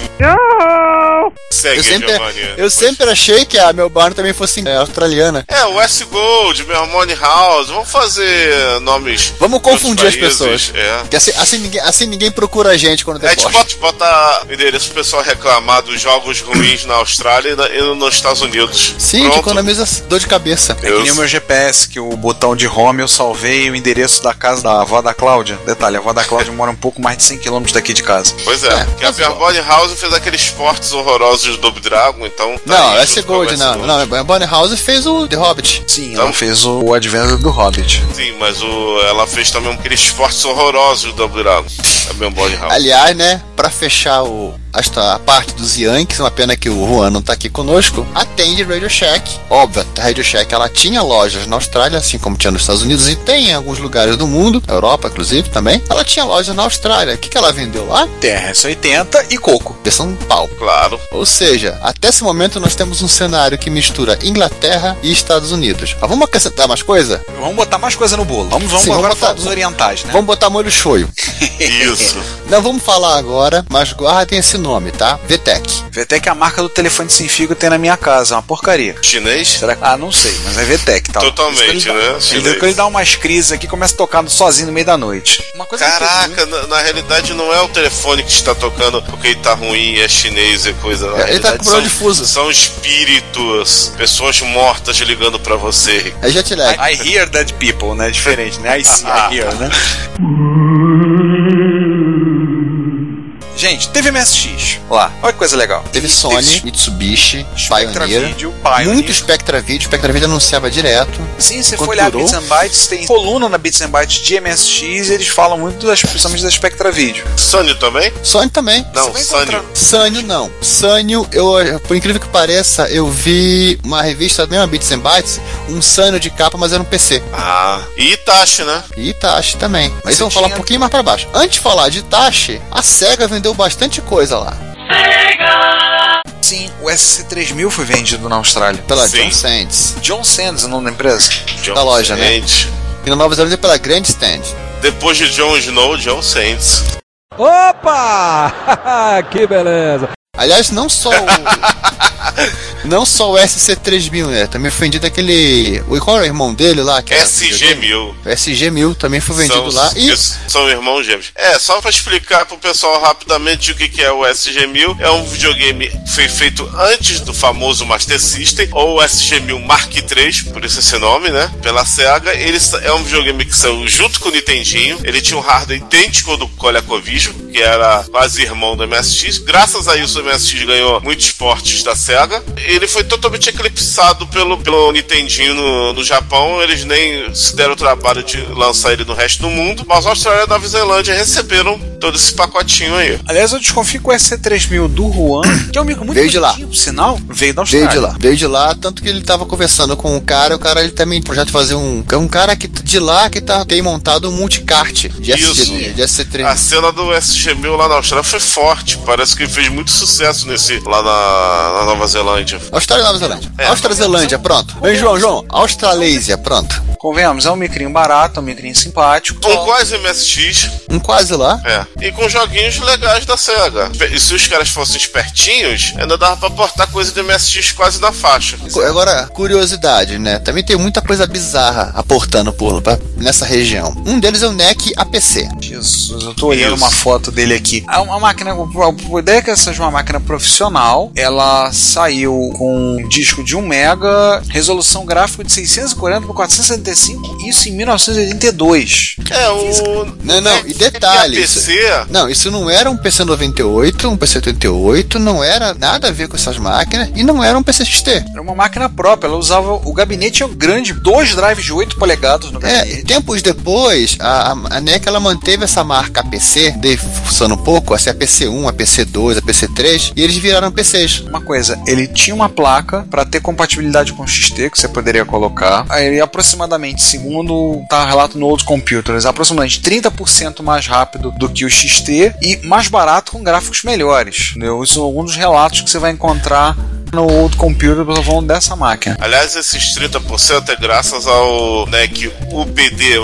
Speaker 6: Segue,
Speaker 5: Eu sempre,
Speaker 6: Giovanni.
Speaker 5: eu sempre achei que a meu Bunny também fosse é, australiana.
Speaker 6: É, Westgold, Melbourne House. Vamos fazer nomes.
Speaker 5: Vamos
Speaker 6: de outros
Speaker 5: confundir as
Speaker 6: países.
Speaker 5: pessoas.
Speaker 6: É.
Speaker 5: Que assim, assim ninguém, assim ninguém procura a gente quando tem
Speaker 6: É tipo, tipo botar o endereço pro pessoal reclamar dos jogos ruins na Austrália e, na- e nos Estados Unidos.
Speaker 5: Sim,
Speaker 6: Pronto.
Speaker 5: que economiza dor de cabeça.
Speaker 4: É que nem o meu GPS, que o botão de home eu salvei o endereço da casa da avó da Cláudia. Detalhe, a avó da Cláudia mora um pouco mais de 100 km daqui de casa.
Speaker 6: Pois é,
Speaker 5: É,
Speaker 6: porque a
Speaker 5: mas igual.
Speaker 6: Bearbone House fez aqueles portes horrorosos do Double Dragon, então. tá
Speaker 5: Não,
Speaker 6: aí
Speaker 5: é
Speaker 6: junto com
Speaker 5: Gold,
Speaker 6: o
Speaker 5: não.
Speaker 6: Westgold.
Speaker 5: Não, a Bunny House fez o The Hobbit.
Speaker 4: Sim, ela fez o, o advento do Hobbit.
Speaker 5: é-
Speaker 6: Sim, mas o, ela fez também aqueles portes horrorosos do Double Dragon. A Bearbone
Speaker 5: <laughs>
Speaker 6: House.
Speaker 5: Aliás, né, pra fechar o, esta a parte dos Yankees, uma pena que o Juan não tá aqui conosco, atende Radio Shack. Óbvio, a Radio Shack ela tinha lojas na Austrália, assim como tinha nos Estados Unidos e tem em alguns lugares do mundo, na Europa inclusive também. Ela tinha loja na Austrália. O que, que ela vendeu lá?
Speaker 4: Terra 80 e coco.
Speaker 5: Versão pau.
Speaker 6: Claro.
Speaker 5: Ou seja, até esse momento nós temos um cenário que mistura Inglaterra e Estados Unidos. Mas vamos acrescentar mais coisa?
Speaker 4: Vamos botar mais coisa no bolo. Vamos, vamos
Speaker 5: Sim,
Speaker 4: agora
Speaker 5: vamos botar-
Speaker 4: falar dos orientais, né?
Speaker 5: Vamos botar molho shoyu.
Speaker 6: Isso.
Speaker 5: Não vamos falar agora, mas guardem esse nome, tá? VTEC.
Speaker 4: VTEC é a marca do telefone sem fio que tem na minha casa, é uma porcaria.
Speaker 6: Chinês?
Speaker 4: Será que... Ah, não sei, mas é VTEC, tá?
Speaker 6: Totalmente,
Speaker 4: Isso que ele
Speaker 6: né?
Speaker 4: dá- Ele,
Speaker 6: Chinês.
Speaker 4: deu que ele dá umas crises aqui e começa a tocar sozinho no meio da noite. Uma coisa que eu-
Speaker 6: Caraca, na, na realidade não é o telefone que está tocando porque ele tá ruim, é chinês e coisa. Na
Speaker 5: É, ele tá
Speaker 6: realidade
Speaker 5: com problema de
Speaker 6: são-
Speaker 5: fuso.
Speaker 6: São espíritos, pessoas mortas ligando pra você.
Speaker 5: É jet lag.
Speaker 4: I hear dead people, né? Diferente, né? I see, I hear, né? Gente, teve MSX lá. Olha que coisa legal.
Speaker 5: Teve Sony, Mitsubishi,
Speaker 4: Spectra
Speaker 5: Pioneer.
Speaker 4: Video, Pioneer.
Speaker 5: Muito Spectra Video. Spectra Video anunciava direto.
Speaker 4: Sim, se você for
Speaker 5: Quanto
Speaker 4: olhar
Speaker 5: durou?
Speaker 4: Bits and Bytes, tem coluna na Bits and Bytes de MSX e eles falam muito, das, principalmente da Spectra Video.
Speaker 6: Sony também?
Speaker 5: Sony também.
Speaker 6: Não,
Speaker 4: vai
Speaker 6: Sony.
Speaker 4: encontrar-
Speaker 5: Sânio não. Sânio, eu, por incrível que pareça, eu vi uma revista, mesmo a Bits and Bytes, um Sânio de capa, mas era um PC.
Speaker 6: Ah. E Itachi, né?
Speaker 5: E Itachi também. Mas
Speaker 4: Você
Speaker 5: vamos falar um
Speaker 4: tinha-
Speaker 5: pouquinho mais pra baixo. Antes de falar de Itachi, a SEGA vendeu bastante coisa lá.
Speaker 4: Sim, o SC3000 foi vendido na Austrália.
Speaker 5: Pela
Speaker 6: Sim.
Speaker 5: John Sands.
Speaker 4: John Sands, é o nome da empresa.
Speaker 6: John
Speaker 5: Da loja, né?
Speaker 6: Sands.
Speaker 5: E na Nova Zelândia pela Grand Stand.
Speaker 6: Depois de John Snow, John Sands.
Speaker 8: Opa! que beleza!
Speaker 5: Aliás, não só o.
Speaker 6: <laughs>
Speaker 5: não só o SC3000, né? Também foi vendido aquele. o- Qual era o irmão dele lá? que era videogame?
Speaker 6: SG-1000.
Speaker 5: O SG-1000 também foi vendido lá. E
Speaker 6: São irmãos gêmeos. É, só pra explicar pro pessoal rapidamente o que, que é o SG-1000. É um videogame que foi feito antes do famoso Master System, ou SG-1000 Mark III, por isso esse nome, né? Pela SEGA. Ele sa- é um videogame que saiu junto com o Nintendinho. Ele tinha um hardware idêntico ao do ColecoVision, que era quase irmão do MSX. Graças a isso, o MSX ganhou muitos portes da SEGA. Ele foi totalmente eclipsado pelo, pelo Nintendinho no, no Japão. Eles nem se deram o trabalho de lançar ele no resto do mundo. Mas a Austrália e a Nova Zelândia receberam todo esse pacotinho aí.
Speaker 4: Aliás, eu desconfio que o SC3000 do Juan, que é um amigo muito
Speaker 5: Veio de lá.
Speaker 4: bonitinho, por sinal, veio da Austrália.
Speaker 5: Veio de lá, veio de lá, tanto que ele tava conversando com um cara, o cara ele também projeto de fazer um. É um cara que de lá que tá, tem montado um multicart de, SG,
Speaker 6: Isso. Ah,
Speaker 5: de SC3.
Speaker 6: A cena do SG-1000 lá na Austrália foi forte. Parece que fez muito sucesso nesse lá na, na Nova Zelândia.
Speaker 5: Austrália e Nova Zelândia.
Speaker 6: É.
Speaker 5: Austrazelândia, pronto. Vem, João, João. Australésia, pronto.
Speaker 4: Convenhamos, é um micrinho barato, é um micrinho simpático.
Speaker 6: Um quase MSX,
Speaker 5: Um quase lá.
Speaker 6: É. E com joguinhos legais da SEGA. E se os caras fossem espertinhos, ainda dava pra portar coisa do MSX quase na faixa.
Speaker 5: Co- Agora, curiosidade, né? Também tem muita coisa bizarra aportando por pra- nessa região. Um deles é o NEC APC.
Speaker 4: Isso, eu tô olhando uma foto dele aqui. A, a máquina, a ideia é que essa é uma máquina profissional. Ela saiu com um disco de 1 mega, resolução gráfica de 640 por 475, isso em 1982.
Speaker 6: É, o.
Speaker 5: Não, não, É e detalhe,
Speaker 6: E a
Speaker 5: isso-
Speaker 6: PC,
Speaker 5: Não, isso não era um PC 98, um PC 88, não era nada a ver com essas máquinas e não era um PC XT.
Speaker 4: Era uma máquina própria, ela usava. O gabinete é grande, dois drives de 8 polegadas no
Speaker 5: É, e
Speaker 4: gabinete.
Speaker 5: tempos depois, a, a- a NEC ela manteve essa marca APC, de, forçando um pouco, essa é a PC1, a PC2, a PC3, e eles viraram PCs.
Speaker 4: Uma coisa, ele tinha uma placa para ter compatibilidade com o XT que você poderia colocar. Aí, aproximadamente, segundo tá relato no Old Computers, aproximadamente 30% mais rápido do que o XT e mais barato com gráficos melhores. Entendeu? Isso são alguns dos relatos que você vai encontrar no Old Computer, eu tô falando dessa máquina.
Speaker 6: Aliás, esses 30% é graças ao né, NEC UPD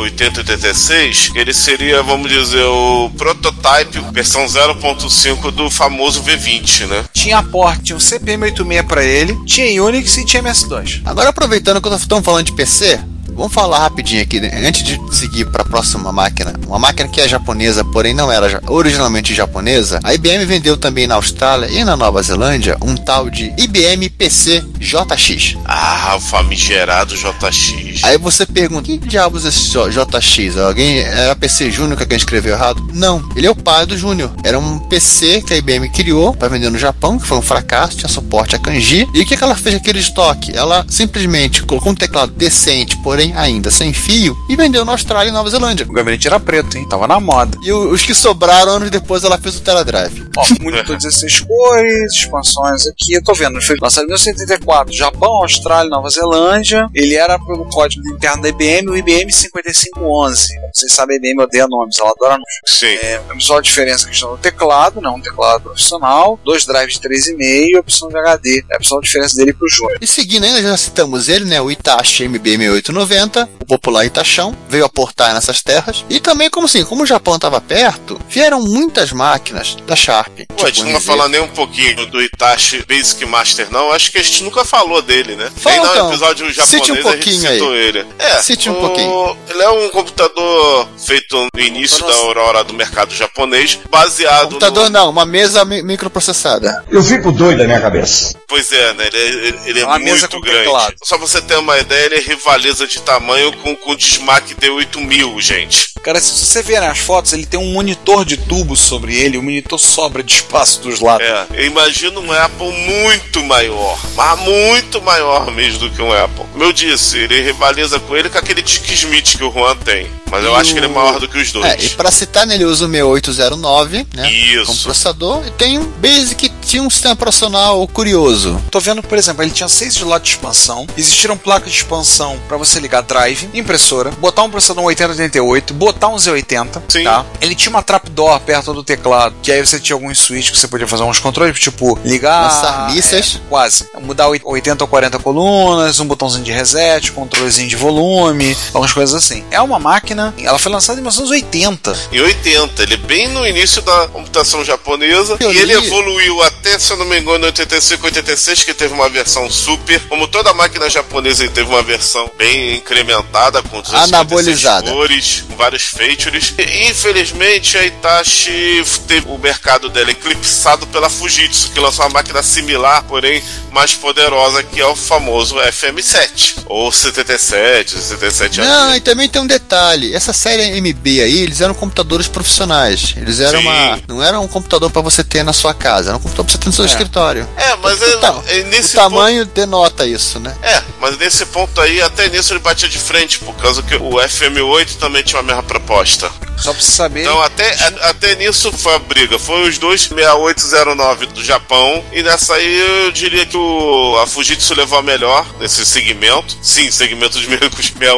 Speaker 6: 8086, ele seria, vamos dizer, o prototype, versão 0.5 do famoso V20, né?
Speaker 4: Tinha aporte, tinha um CPM86 para ele, tinha Unix e tinha MS2.
Speaker 5: Agora, aproveitando que estamos falando de PC, vamos falar rapidinho aqui, né? antes de seguir para a próxima máquina. Uma máquina que é japonesa, porém não era ja- originalmente japonesa. A IBM vendeu também na Austrália e na Nova Zelândia um tal de IBM PC JX.
Speaker 6: Ah, o famigerado JX.
Speaker 5: Aí você pergunta, que diabos é esse J- JX? Alguém era PC Júnior que alguém escreveu errado? Não, ele é o pai do Júnior. Era um PC que a IBM criou para vender no Japão, que foi um fracasso, tinha suporte a kanji. E o que, que ela fez com aquele estoque? Ela simplesmente colocou um teclado decente, porém ainda sem fio, e vendeu na Austrália e Nova Zelândia.
Speaker 4: O gabinete era preto, hein? Tava na moda.
Speaker 5: E o- os que sobraram anos depois ela fez o Teledrive.
Speaker 4: Ó, monitor 16 cores, expansões aqui. Eu tô vendo, ele foi lançado em 1984, Japão, Austrália, Nova Zelândia. Ele era pelo código interno da IBM, o IBM 5511. Como vocês sabem, a IBM odeia nomes, ela adora nomes.
Speaker 6: Sim.
Speaker 4: É, temos só a diferença que está no teclado, né? Um teclado profissional, dois drives de 3,5 e a opção de HD. É a opção de diferença dele pro Júnior.
Speaker 5: E seguindo ainda, já citamos ele, né? O Itachi MBM 890, o popular Itachão, veio aportar nessas terras. E também, como assim, como o Japão estava perto, vieram muitas máquinas da Sharp.
Speaker 6: Pô, a gente
Speaker 5: Tipo,
Speaker 6: não vai
Speaker 5: NZ.
Speaker 6: falar nem um pouquinho do Itachi Basic Master, não. Acho que a gente nunca falou dele, né?
Speaker 5: Fala,
Speaker 6: Tem no
Speaker 5: então.
Speaker 6: episódio
Speaker 5: Cite um
Speaker 6: japonês
Speaker 5: pouquinho
Speaker 6: a gente citou ele. É,
Speaker 5: Cite um
Speaker 6: o-
Speaker 5: pouquinho.
Speaker 6: Ele é um computador feito no início da
Speaker 4: Nossa.
Speaker 6: aurora do mercado japonês, baseado
Speaker 5: Computador
Speaker 6: no...
Speaker 5: não, uma mesa mi- microprocessada.
Speaker 8: Eu fico doido da minha cabeça.
Speaker 6: Pois é, né? Ele, é- ele- ele é
Speaker 4: É uma
Speaker 6: muito
Speaker 4: mesa com
Speaker 6: grande.
Speaker 4: teclado.
Speaker 6: Só pra você ter uma ideia, ele rivaliza de tamanho com, com o Dismac D8000, gente.
Speaker 4: Cara, se você ver as fotos, ele tem um monitor de tubo sobre ele, o monitor sobra de espaço dos lados.
Speaker 6: É, eu imagino um Apple muito maior, mas muito maior mesmo do que um Apple. Como eu disse, ele rivaliza com ele com aquele Dick Smith que o Juan tem, mas eu
Speaker 5: E
Speaker 6: acho que ele é
Speaker 5: o-
Speaker 6: maior do que os
Speaker 5: É, e
Speaker 6: dois.
Speaker 5: pra citar nele, usa o 6809, né? Como
Speaker 6: Isso.
Speaker 5: processador. E tem um Basic, tinha um sistema profissional curioso.
Speaker 4: Tô vendo, por exemplo, ele tinha seis slots de expansão, existiram placas de expansão para você ligar drive, impressora, botar um processador 8088, botar um Z80,
Speaker 6: Sim.
Speaker 4: tá? Ele tinha uma trapdoor perto do teclado, que aí você tinha alguns switches que você podia fazer uns controles, tipo, ligar...
Speaker 5: Lançar mísseis.
Speaker 4: é, quase. Mudar oit- 80 ou 40 colunas, um botãozinho de reset, controlezinho de volume, algumas coisas assim. É uma máquina, ela foi lançada em 1980.
Speaker 6: Em 80, ele é bem no início da computação japonesa.
Speaker 5: Eu
Speaker 6: e ele
Speaker 5: li-
Speaker 6: evoluiu até, se eu não me engano, em 85, 86, que teve uma versão super. Como toda máquina japonesa, ele teve uma versão bem incrementada, com 256
Speaker 5: Anabolizada.
Speaker 6: cores, com vários features. E, infelizmente, a Itachi teve o mercado dela é eclipsado pela Fujitsu, que lançou uma máquina similar, porém mais poderosa, que é o famoso FM7. Ou 77, 77
Speaker 5: Não, e também tem um detalhe. Essa série MB aí, eles eram computadores profissionais. Eles eram
Speaker 6: Sim.
Speaker 5: uma. Não era um computador pra você ter na sua casa, era um computador pra você ter no seu escritório.
Speaker 6: É, mas é,
Speaker 5: Então,
Speaker 6: é
Speaker 5: o
Speaker 6: nesse ponto-
Speaker 5: tamanho denota isso, né?
Speaker 6: É, mas nesse ponto aí, até nisso ele batia de frente, por causa que o FM8 também tinha a mesma proposta.
Speaker 4: Só pra você saber...
Speaker 6: Então até, a- até nisso foi a briga. Foi os dois 6809 do Japão. E nessa aí eu diria que o, a Fujitsu levou a melhor nesse segmento. Sim, segmento de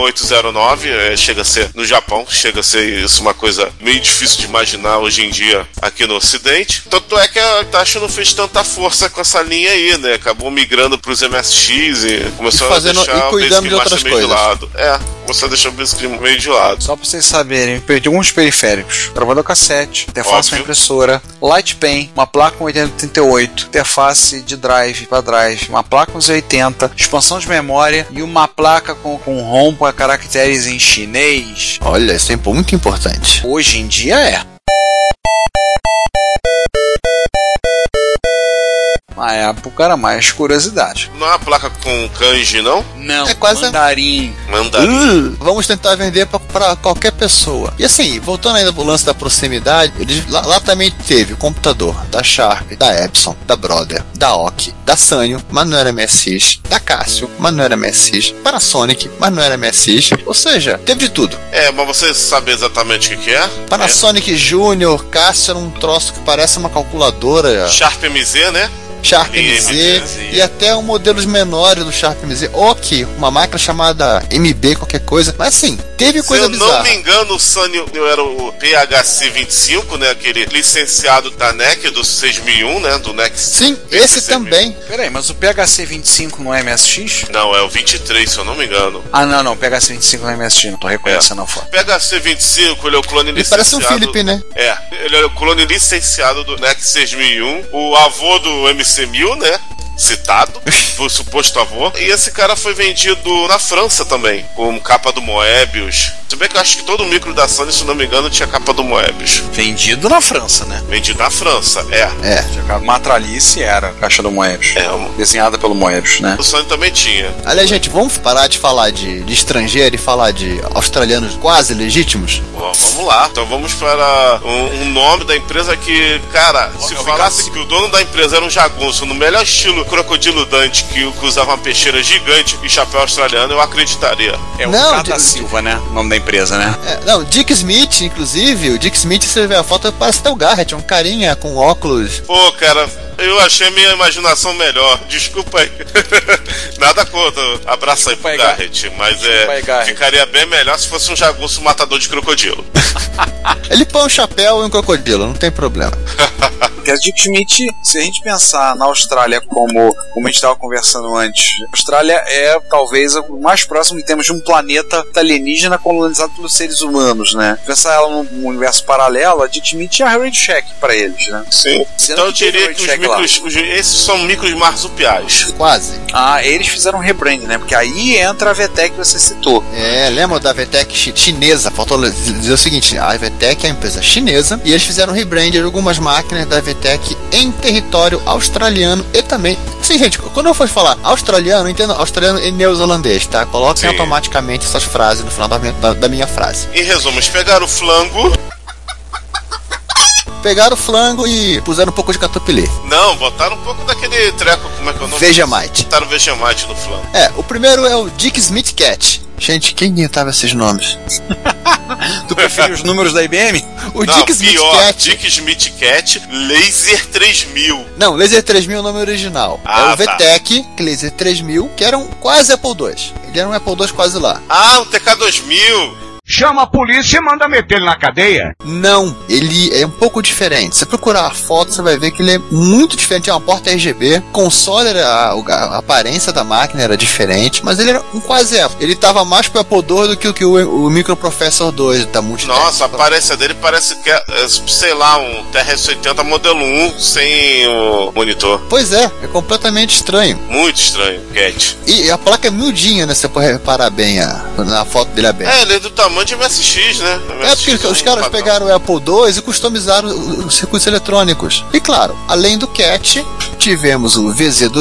Speaker 6: 6809. É, chega a ser no Japão, chega a ser isso uma coisa meio difícil de imaginar hoje em dia aqui no Ocidente. Tanto é que a Tacho não fez tanta força com essa linha aí, né? Acabou migrando pros MSX e começou
Speaker 5: E fazendo-
Speaker 6: a deixar
Speaker 5: e cuidando
Speaker 6: o Basic
Speaker 5: de outras
Speaker 6: Master meio de
Speaker 5: coisas.
Speaker 6: lado. É. você deixou o Blitzkrieg meio de lado.
Speaker 4: Só pra vocês saberem, eu perdi alguns periféricos. Gravador cassete, interface com
Speaker 6: Óbvio.
Speaker 4: impressora, light pen, uma placa com 8038, interface de drive pra drive, uma placa com 80, expansão de memória e uma placa com, com ROM para caracteres em chinês.
Speaker 5: Olha, isso é muito importante.
Speaker 4: Hoje em dia é. Na época era mais curiosidade.
Speaker 6: Não é uma placa com kanji, não?
Speaker 4: Não,
Speaker 5: É quase-
Speaker 4: mandarim.
Speaker 6: Mandarim.
Speaker 5: Vamos tentar vender pra- pra qualquer pessoa. E assim, voltando ainda pro lance da proximidade, eles, lá, lá também teve computador da Sharp, da Epson, da Brother, da Oki, da Sanyo, mas não era MSX, da Casio, mas não era MSX, Panasonic, mas não era MSX. Ou seja, teve de tudo.
Speaker 6: É, mas você sabe exatamente o que, que é?
Speaker 5: Tá Panasonic Júnior, Casio era um troço que parece uma calculadora,
Speaker 6: É. Sharp MZ, né?
Speaker 5: Sharp
Speaker 6: E é.
Speaker 5: MZ
Speaker 6: MZ.
Speaker 5: e até um modelos menores do Sharp MZ. Ok, uma máquina chamada MB, qualquer coisa. Mas assim, teve
Speaker 6: Se
Speaker 5: coisa
Speaker 6: eu
Speaker 5: bizarra.
Speaker 6: não me engano, o Sunny era o PHC25, né? Aquele licenciado da NEC do 6001, né? Do NEC.
Speaker 5: Sim, esse
Speaker 6: PHC
Speaker 5: também.
Speaker 4: Peraí, mas o PHC 25 não é MSX?
Speaker 6: Não, é o 23, se eu não me engano.
Speaker 4: Ah, não, não. PHC 25 não é MSX, não tô reconhecendo a foto.
Speaker 6: PHC25, ele é o clone
Speaker 5: Ele parece
Speaker 6: licenciado.
Speaker 5: um Felipe, né?
Speaker 6: É, ele era o clone licenciado do NEC 6001, o avô do MC1000, né?
Speaker 4: <laughs>
Speaker 6: Citado, o suposto avô. E esse cara foi vendido na França também, com capa do Moebius. Se bem que eu acho que todo micro da Sony, se não me engano, tinha capa do Moebius.
Speaker 4: Vendido na França, né?
Speaker 6: Vendido na França, é.
Speaker 5: É.
Speaker 4: A Matralice era a caixa do Moebius.
Speaker 6: É, uma-
Speaker 4: Desenhada pelo Moebius, né?
Speaker 6: O Sony também tinha.
Speaker 5: Aliás, gente, vamos parar de falar de, de estrangeiro e falar de australianos quase legítimos?
Speaker 6: Bom, vamos lá. Então vamos para um, um nome da empresa que, cara, se
Speaker 4: é o
Speaker 6: falasse
Speaker 4: Ricardo.
Speaker 6: que o dono da empresa era um jagunço no melhor estilo crocodilo Dante, que, que usava uma peixeira gigante e chapéu australiano, eu acreditaria.
Speaker 4: É
Speaker 5: Não,
Speaker 4: o Tata
Speaker 5: de-
Speaker 4: Silva, né? O nome da empresa, né?
Speaker 5: É, não, Dick Smith, inclusive, o Dick Smith, se você ver a foto, parece até o Garrett, um carinha com óculos.
Speaker 6: Pô, cara, eu achei minha imaginação melhor. Desculpa aí. <laughs> Nada contra. Abraço aí
Speaker 4: Desculpa
Speaker 6: pro
Speaker 4: aí,
Speaker 6: Garrett. Mas
Speaker 4: Desculpa aí,
Speaker 6: é.
Speaker 4: Garrett.
Speaker 6: Ficaria bem melhor se fosse um jagunço matador de crocodilo.
Speaker 5: Ele põe um chapéu e um crocodilo, não tem problema.
Speaker 4: Porque a Dick Schmidt, se a gente pensar na Austrália como, como a gente estava conversando antes, a Austrália é talvez o mais próximo em termos de um planeta alienígena colonizado pelos seres humanos, né? Pensar ela num, num universo paralelo, a Dick Schmidt é a Raid Shack pra eles, né?
Speaker 6: Sim.
Speaker 4: Sendo
Speaker 6: Então eu
Speaker 4: que teve
Speaker 6: diria
Speaker 4: um
Speaker 6: que os
Speaker 4: check lá.
Speaker 6: micros. os- esses são micros marsupiais.
Speaker 5: Quase.
Speaker 4: Ah, eles fizeram um rebrand, né? Porque aí entra a VTEC que você citou.
Speaker 5: É, lembra da VTEC chi- chinesa? Faltou le- dizer o seguinte: a VTEC é a empresa chinesa e eles fizeram rebrand de algumas máquinas da VTEC em território australiano e também. Sim, gente, quando eu for falar australiano, entenda australiano e neozelandês, tá? Coloquem
Speaker 6: Sim.
Speaker 5: automaticamente essas frases no final da minha, da- da minha frase.
Speaker 6: Em resumo, eles pegaram o flango.
Speaker 5: Pegaram o flango e puseram um pouco de catupilê.
Speaker 6: Não, botaram um pouco daquele treco, como é que é o nome?
Speaker 5: Vegemite.
Speaker 6: Botaram Vegemite no flango.
Speaker 5: É, o primeiro é o Dick Smith Cat. Gente, quem inventava
Speaker 6: <laughs>
Speaker 5: esses nomes?
Speaker 4: Tu prefere os números da IBM?
Speaker 5: O
Speaker 6: Não,
Speaker 5: Dick Smith
Speaker 6: pior,
Speaker 5: Cat.
Speaker 6: Dick Smith Cat Laser 3000.
Speaker 5: Não, Laser 3000 é o nome original. é
Speaker 6: Ah,
Speaker 5: o VTEC, que Laser 3000, que era um quase Apple II. Ele era um Apple II quase lá.
Speaker 6: Ah, o TK2000.
Speaker 9: Chama a polícia e manda meter ele na cadeia.
Speaker 5: Não, ele é um pouco diferente. Se você procurar a foto, você vai ver que ele é muito diferente. É uma porta RGB. Console era a, a aparência da máquina era diferente, mas ele era um quase Apple. Ele tava mais pro Apple II do que o que o, o Microprocessor 2 da É, Multitech.
Speaker 6: Nossa, a aparência dele parece que é, é, sei lá, um TRS-80 modelo 1 sem o monitor.
Speaker 5: Pois é, é completamente estranho.
Speaker 6: Muito estranho, Cat.
Speaker 5: E a placa é miudinha, né? Se você for reparar bem a- na foto dele aberta.
Speaker 6: É, ele é do tamanho de MSX, né?
Speaker 5: É porque os caras pegaram o Apple II e customizaram os circuitos eletrônicos. E claro, além do CAT, tivemos o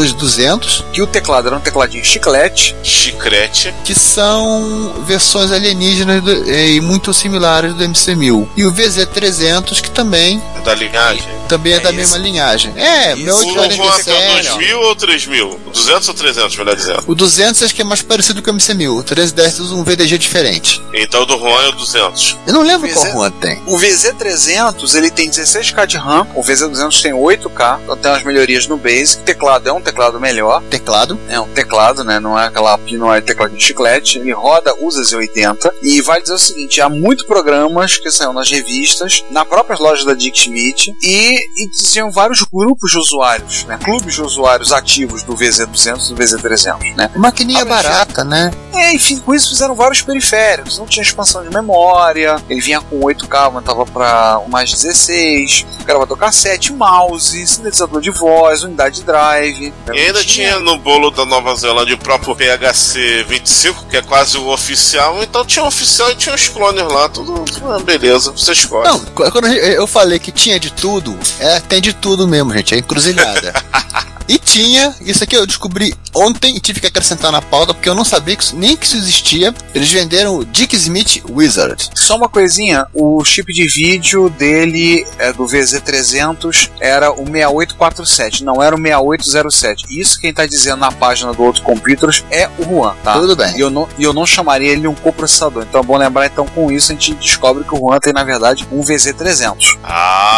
Speaker 5: VZ2200,
Speaker 4: Que o teclado era um tecladinho chiclete,
Speaker 6: Chicrete.
Speaker 5: que são versões alienígenas do- e muito similares do MC1000. E o VZ300, que também,
Speaker 6: Da linhagem. Um
Speaker 5: também é,
Speaker 4: É
Speaker 5: da
Speaker 4: isso.
Speaker 5: mesma linhagem. É,
Speaker 4: Isso.
Speaker 5: meu
Speaker 6: O, o, o,
Speaker 5: 847.
Speaker 6: 2000 ou 3000? 200 ou 300, melhor dizendo.
Speaker 5: O 200 acho que é mais parecido com o MC1000. O 310 usa um VDG diferente.
Speaker 6: Então o do Juan é o 200.
Speaker 5: Eu não lembro
Speaker 4: Pois
Speaker 5: qual
Speaker 4: é.
Speaker 5: Juan tem.
Speaker 4: O VZ300 ele tem 16K de RAM, o VZ200 tem 8K, então tem umas melhorias no no Basic. Teclado é um teclado melhor.
Speaker 5: Teclado.
Speaker 4: É um teclado, né? Não é aquela não é teclado de chiclete. Ele roda, usa Z80. E vai dizer o seguinte: há muitos programas que saíram nas revistas, na própria loja da Dick Schmidt, e existiam vários grupos de usuários, né? Clubes de usuários ativos do VZ200 e do VZ300, né?
Speaker 5: Maquininha
Speaker 4: Ah, mas já-
Speaker 5: barata, né?
Speaker 4: É, enfim, com isso fizeram vários periféricos. Não tinha expansão de memória, ele vinha com 8K, aumentava para um mais 16, gravador cassete, um mouse, sintetizador de voz, unidade de drive.
Speaker 5: É
Speaker 6: E ainda tinha no bolo da Nova Zelândia o próprio PHC 25, que é quase o oficial, então tinha o oficial e tinha os clones lá, tudo ah, beleza, você escolhe.
Speaker 5: Não, qu- quando eu eu falei que tinha de tudo, é, tem de tudo mesmo, gente, é encruzilhada. <laughs> E tinha, isso aqui eu descobri ontem e tive que acrescentar na pauta porque eu não sabia que isso- nem que isso existia. Eles venderam o Dick Smith Wizard.
Speaker 4: Só uma coisinha, o chip de vídeo dele, é, do VZ300, era o 6847, não era o 6807. Isso quem tá dizendo na página do outro computers é o Juan, tá?
Speaker 5: Tudo bem.
Speaker 4: E eu, não, e eu não chamaria ele um coprocessador. Então é bom lembrar, então, com isso, a gente descobre que o Juan tem, na verdade, um VZ300.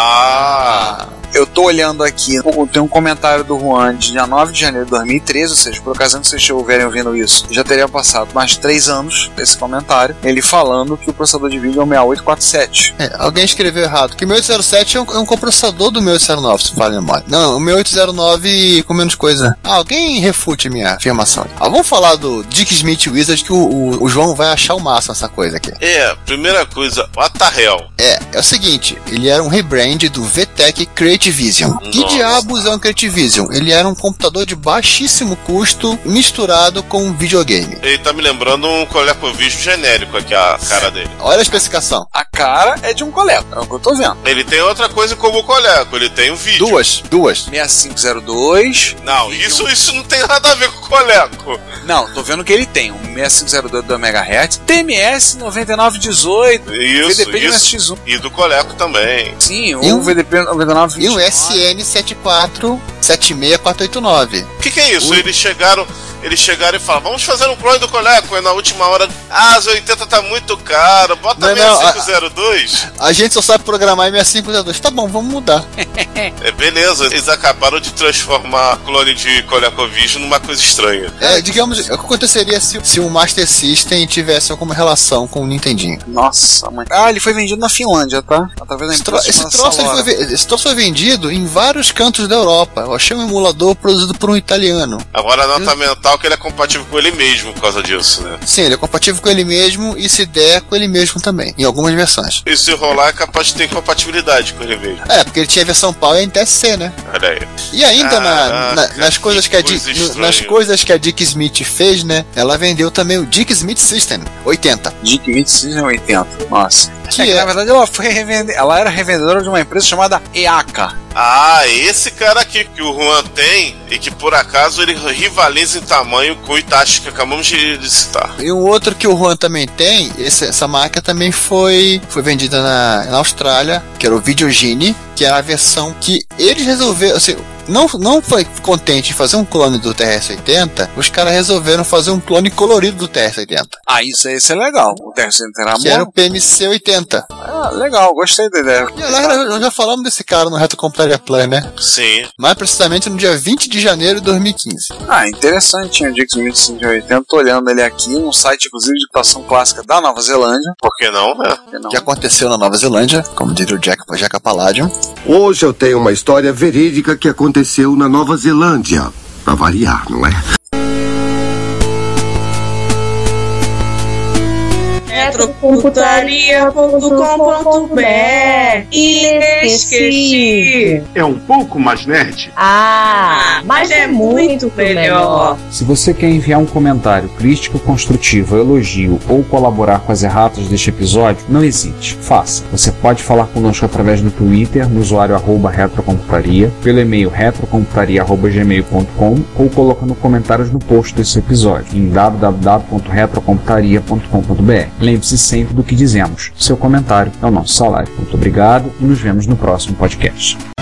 Speaker 6: Ah!
Speaker 4: Eu tô olhando aqui, pô, tem um comentário do Juan de dia 9 de janeiro de 2013, ou seja, por ocasião que vocês estiverem ouvindo isso, já teria passado mais 3 anos esse comentário, ele falando que o processador de vídeo é um 6847.
Speaker 5: É, alguém escreveu errado. Que o 6807 é um, é um comprocessador do 6809, se fala a memória. Não, o 6809 com menos coisa. Ah, alguém refute minha afirmação. Ah, vamos falar do Dick Smith Wizard que o, o- o João vai achar o máximo essa coisa aqui.
Speaker 6: É, primeira coisa, what the hell?
Speaker 5: É, é o seguinte, ele era um rebrand do VTech Creativision. Que
Speaker 6: Nossa.
Speaker 5: diabos é um Creativision? Ele era um computador de baixíssimo custo misturado com um videogame.
Speaker 6: Ele tá me lembrando um colecovismo genérico aqui, a cara dele.
Speaker 5: Olha a especificação.
Speaker 4: A cara é de um coleta, é o que eu tô vendo.
Speaker 6: Ele tem outra coisa como coleco, ele tem o vídeo.
Speaker 5: Duas, duas.
Speaker 4: 6502.
Speaker 6: Não, isso, isso não tem nada a ver com coleco.
Speaker 4: Não, tô vendo que ele tem um 6502 2 MHz, TMS 9918,
Speaker 6: Isso,
Speaker 4: VDP de
Speaker 6: isso.
Speaker 4: MSX1.
Speaker 6: E do coleco também.
Speaker 4: Sim,
Speaker 5: E
Speaker 4: um
Speaker 5: um-
Speaker 4: VDP 99
Speaker 5: E um o SN7476489.
Speaker 6: O que, que é isso? Eles chegaram, eles chegaram e falaram, vamos fazer um clone do Coleco. E na última hora, ah, as 80 tá muito caro, bota
Speaker 5: Não, não,
Speaker 6: 6502.
Speaker 5: A gente só sabe programar M6502. Tá bom, vamos mudar.
Speaker 6: É, beleza, eles acabaram de transformar clone de ColecoVision numa coisa estranha.
Speaker 5: É, digamos, é o que aconteceria se, se o Master System tivesse alguma relação com o Nintendinho?
Speaker 4: Nossa, mãe. Ah, ele foi vendido na Finlândia, tá? Através da
Speaker 5: Esse, tro-
Speaker 4: empresa
Speaker 5: esse
Speaker 4: chamada
Speaker 5: troço, ele
Speaker 4: Salara.
Speaker 5: foi, ve- esse troço foi vendido em vários cantos da Europa. Eu achei um emulador produzido por um italiano.
Speaker 6: Agora a nota mental é que ele é compatível com ele mesmo por causa disso, né?
Speaker 5: Sim, ele é compatível com ele mesmo e se der com ele mesmo também, em algumas versões.
Speaker 6: E se rolar é capaz de ter compatibilidade com ele mesmo.
Speaker 5: É, porque ele tinha a versão PAL e a NTSC, né?
Speaker 6: Olha aí.
Speaker 5: E ainda na- na-
Speaker 6: Caraca,
Speaker 5: nas, coisas
Speaker 6: que
Speaker 5: que a Di-
Speaker 6: coisa
Speaker 5: no-
Speaker 6: estranha.
Speaker 5: nas coisas que a Dick Smith fez, né? Ela vendeu também o Dick Smith System 80,
Speaker 4: Dick 26 e 80. Nossa.
Speaker 5: que
Speaker 4: é que,
Speaker 5: é,
Speaker 4: na verdade, ela foi revende... Ela era revendedora de uma empresa chamada EACA.
Speaker 6: Ah, esse cara aqui que o Juan tem e que por acaso ele rivaliza em tamanho com o Itachi que acabamos de de citar.
Speaker 5: E um outro que o Juan também tem, esse- essa marca também foi, foi vendida na, na Austrália, que era o Videogene, que era a versão que eles resolveram. Assim, não, não foi contente em fazer um clone do TRS-80, os caras resolveram fazer um clone colorido do TRS-80,
Speaker 4: Ah, isso aí, isso é legal. O Terceiro Terra
Speaker 5: que era o PMC-80.
Speaker 4: Ah, legal, gostei da ideia.
Speaker 5: E aliás, nós nós já falamos desse cara no Reto Computaria Play, né?
Speaker 6: Sim.
Speaker 5: Mais precisamente no dia 20 de janeiro de 2015.
Speaker 4: Ah, interessante, o Dick 25 e 80. Tô olhando ele aqui num site, inclusive, de computação clássica da Nova Zelândia.
Speaker 6: Por que não, né?
Speaker 4: Por que não?
Speaker 5: Que aconteceu na Nova Zelândia, como diria o Jack, Jack Palladium.
Speaker 7: Hoje eu tenho uma história verídica que aconteceu na Nova Zelândia. Pra variar, não é?
Speaker 10: retrocomputaria.com.br Esqueci.
Speaker 9: É um pouco mais nerd?
Speaker 10: Ah, mas é muito melhor.
Speaker 11: Se você quer enviar um comentário crítico, construtivo, elogio ou colaborar com as erratas deste episódio, não hesite, faça. Você pode falar conosco através do Twitter, no usuário arroba retrocomputaria, pelo e-mail retrocomputaria.gmail.com ou colocando comentários no post desse episódio em www.retrocomputaria.com.br. Lembre-se sempre do que dizemos. Seu comentário é o nosso salário. Muito obrigado e nos vemos no próximo podcast.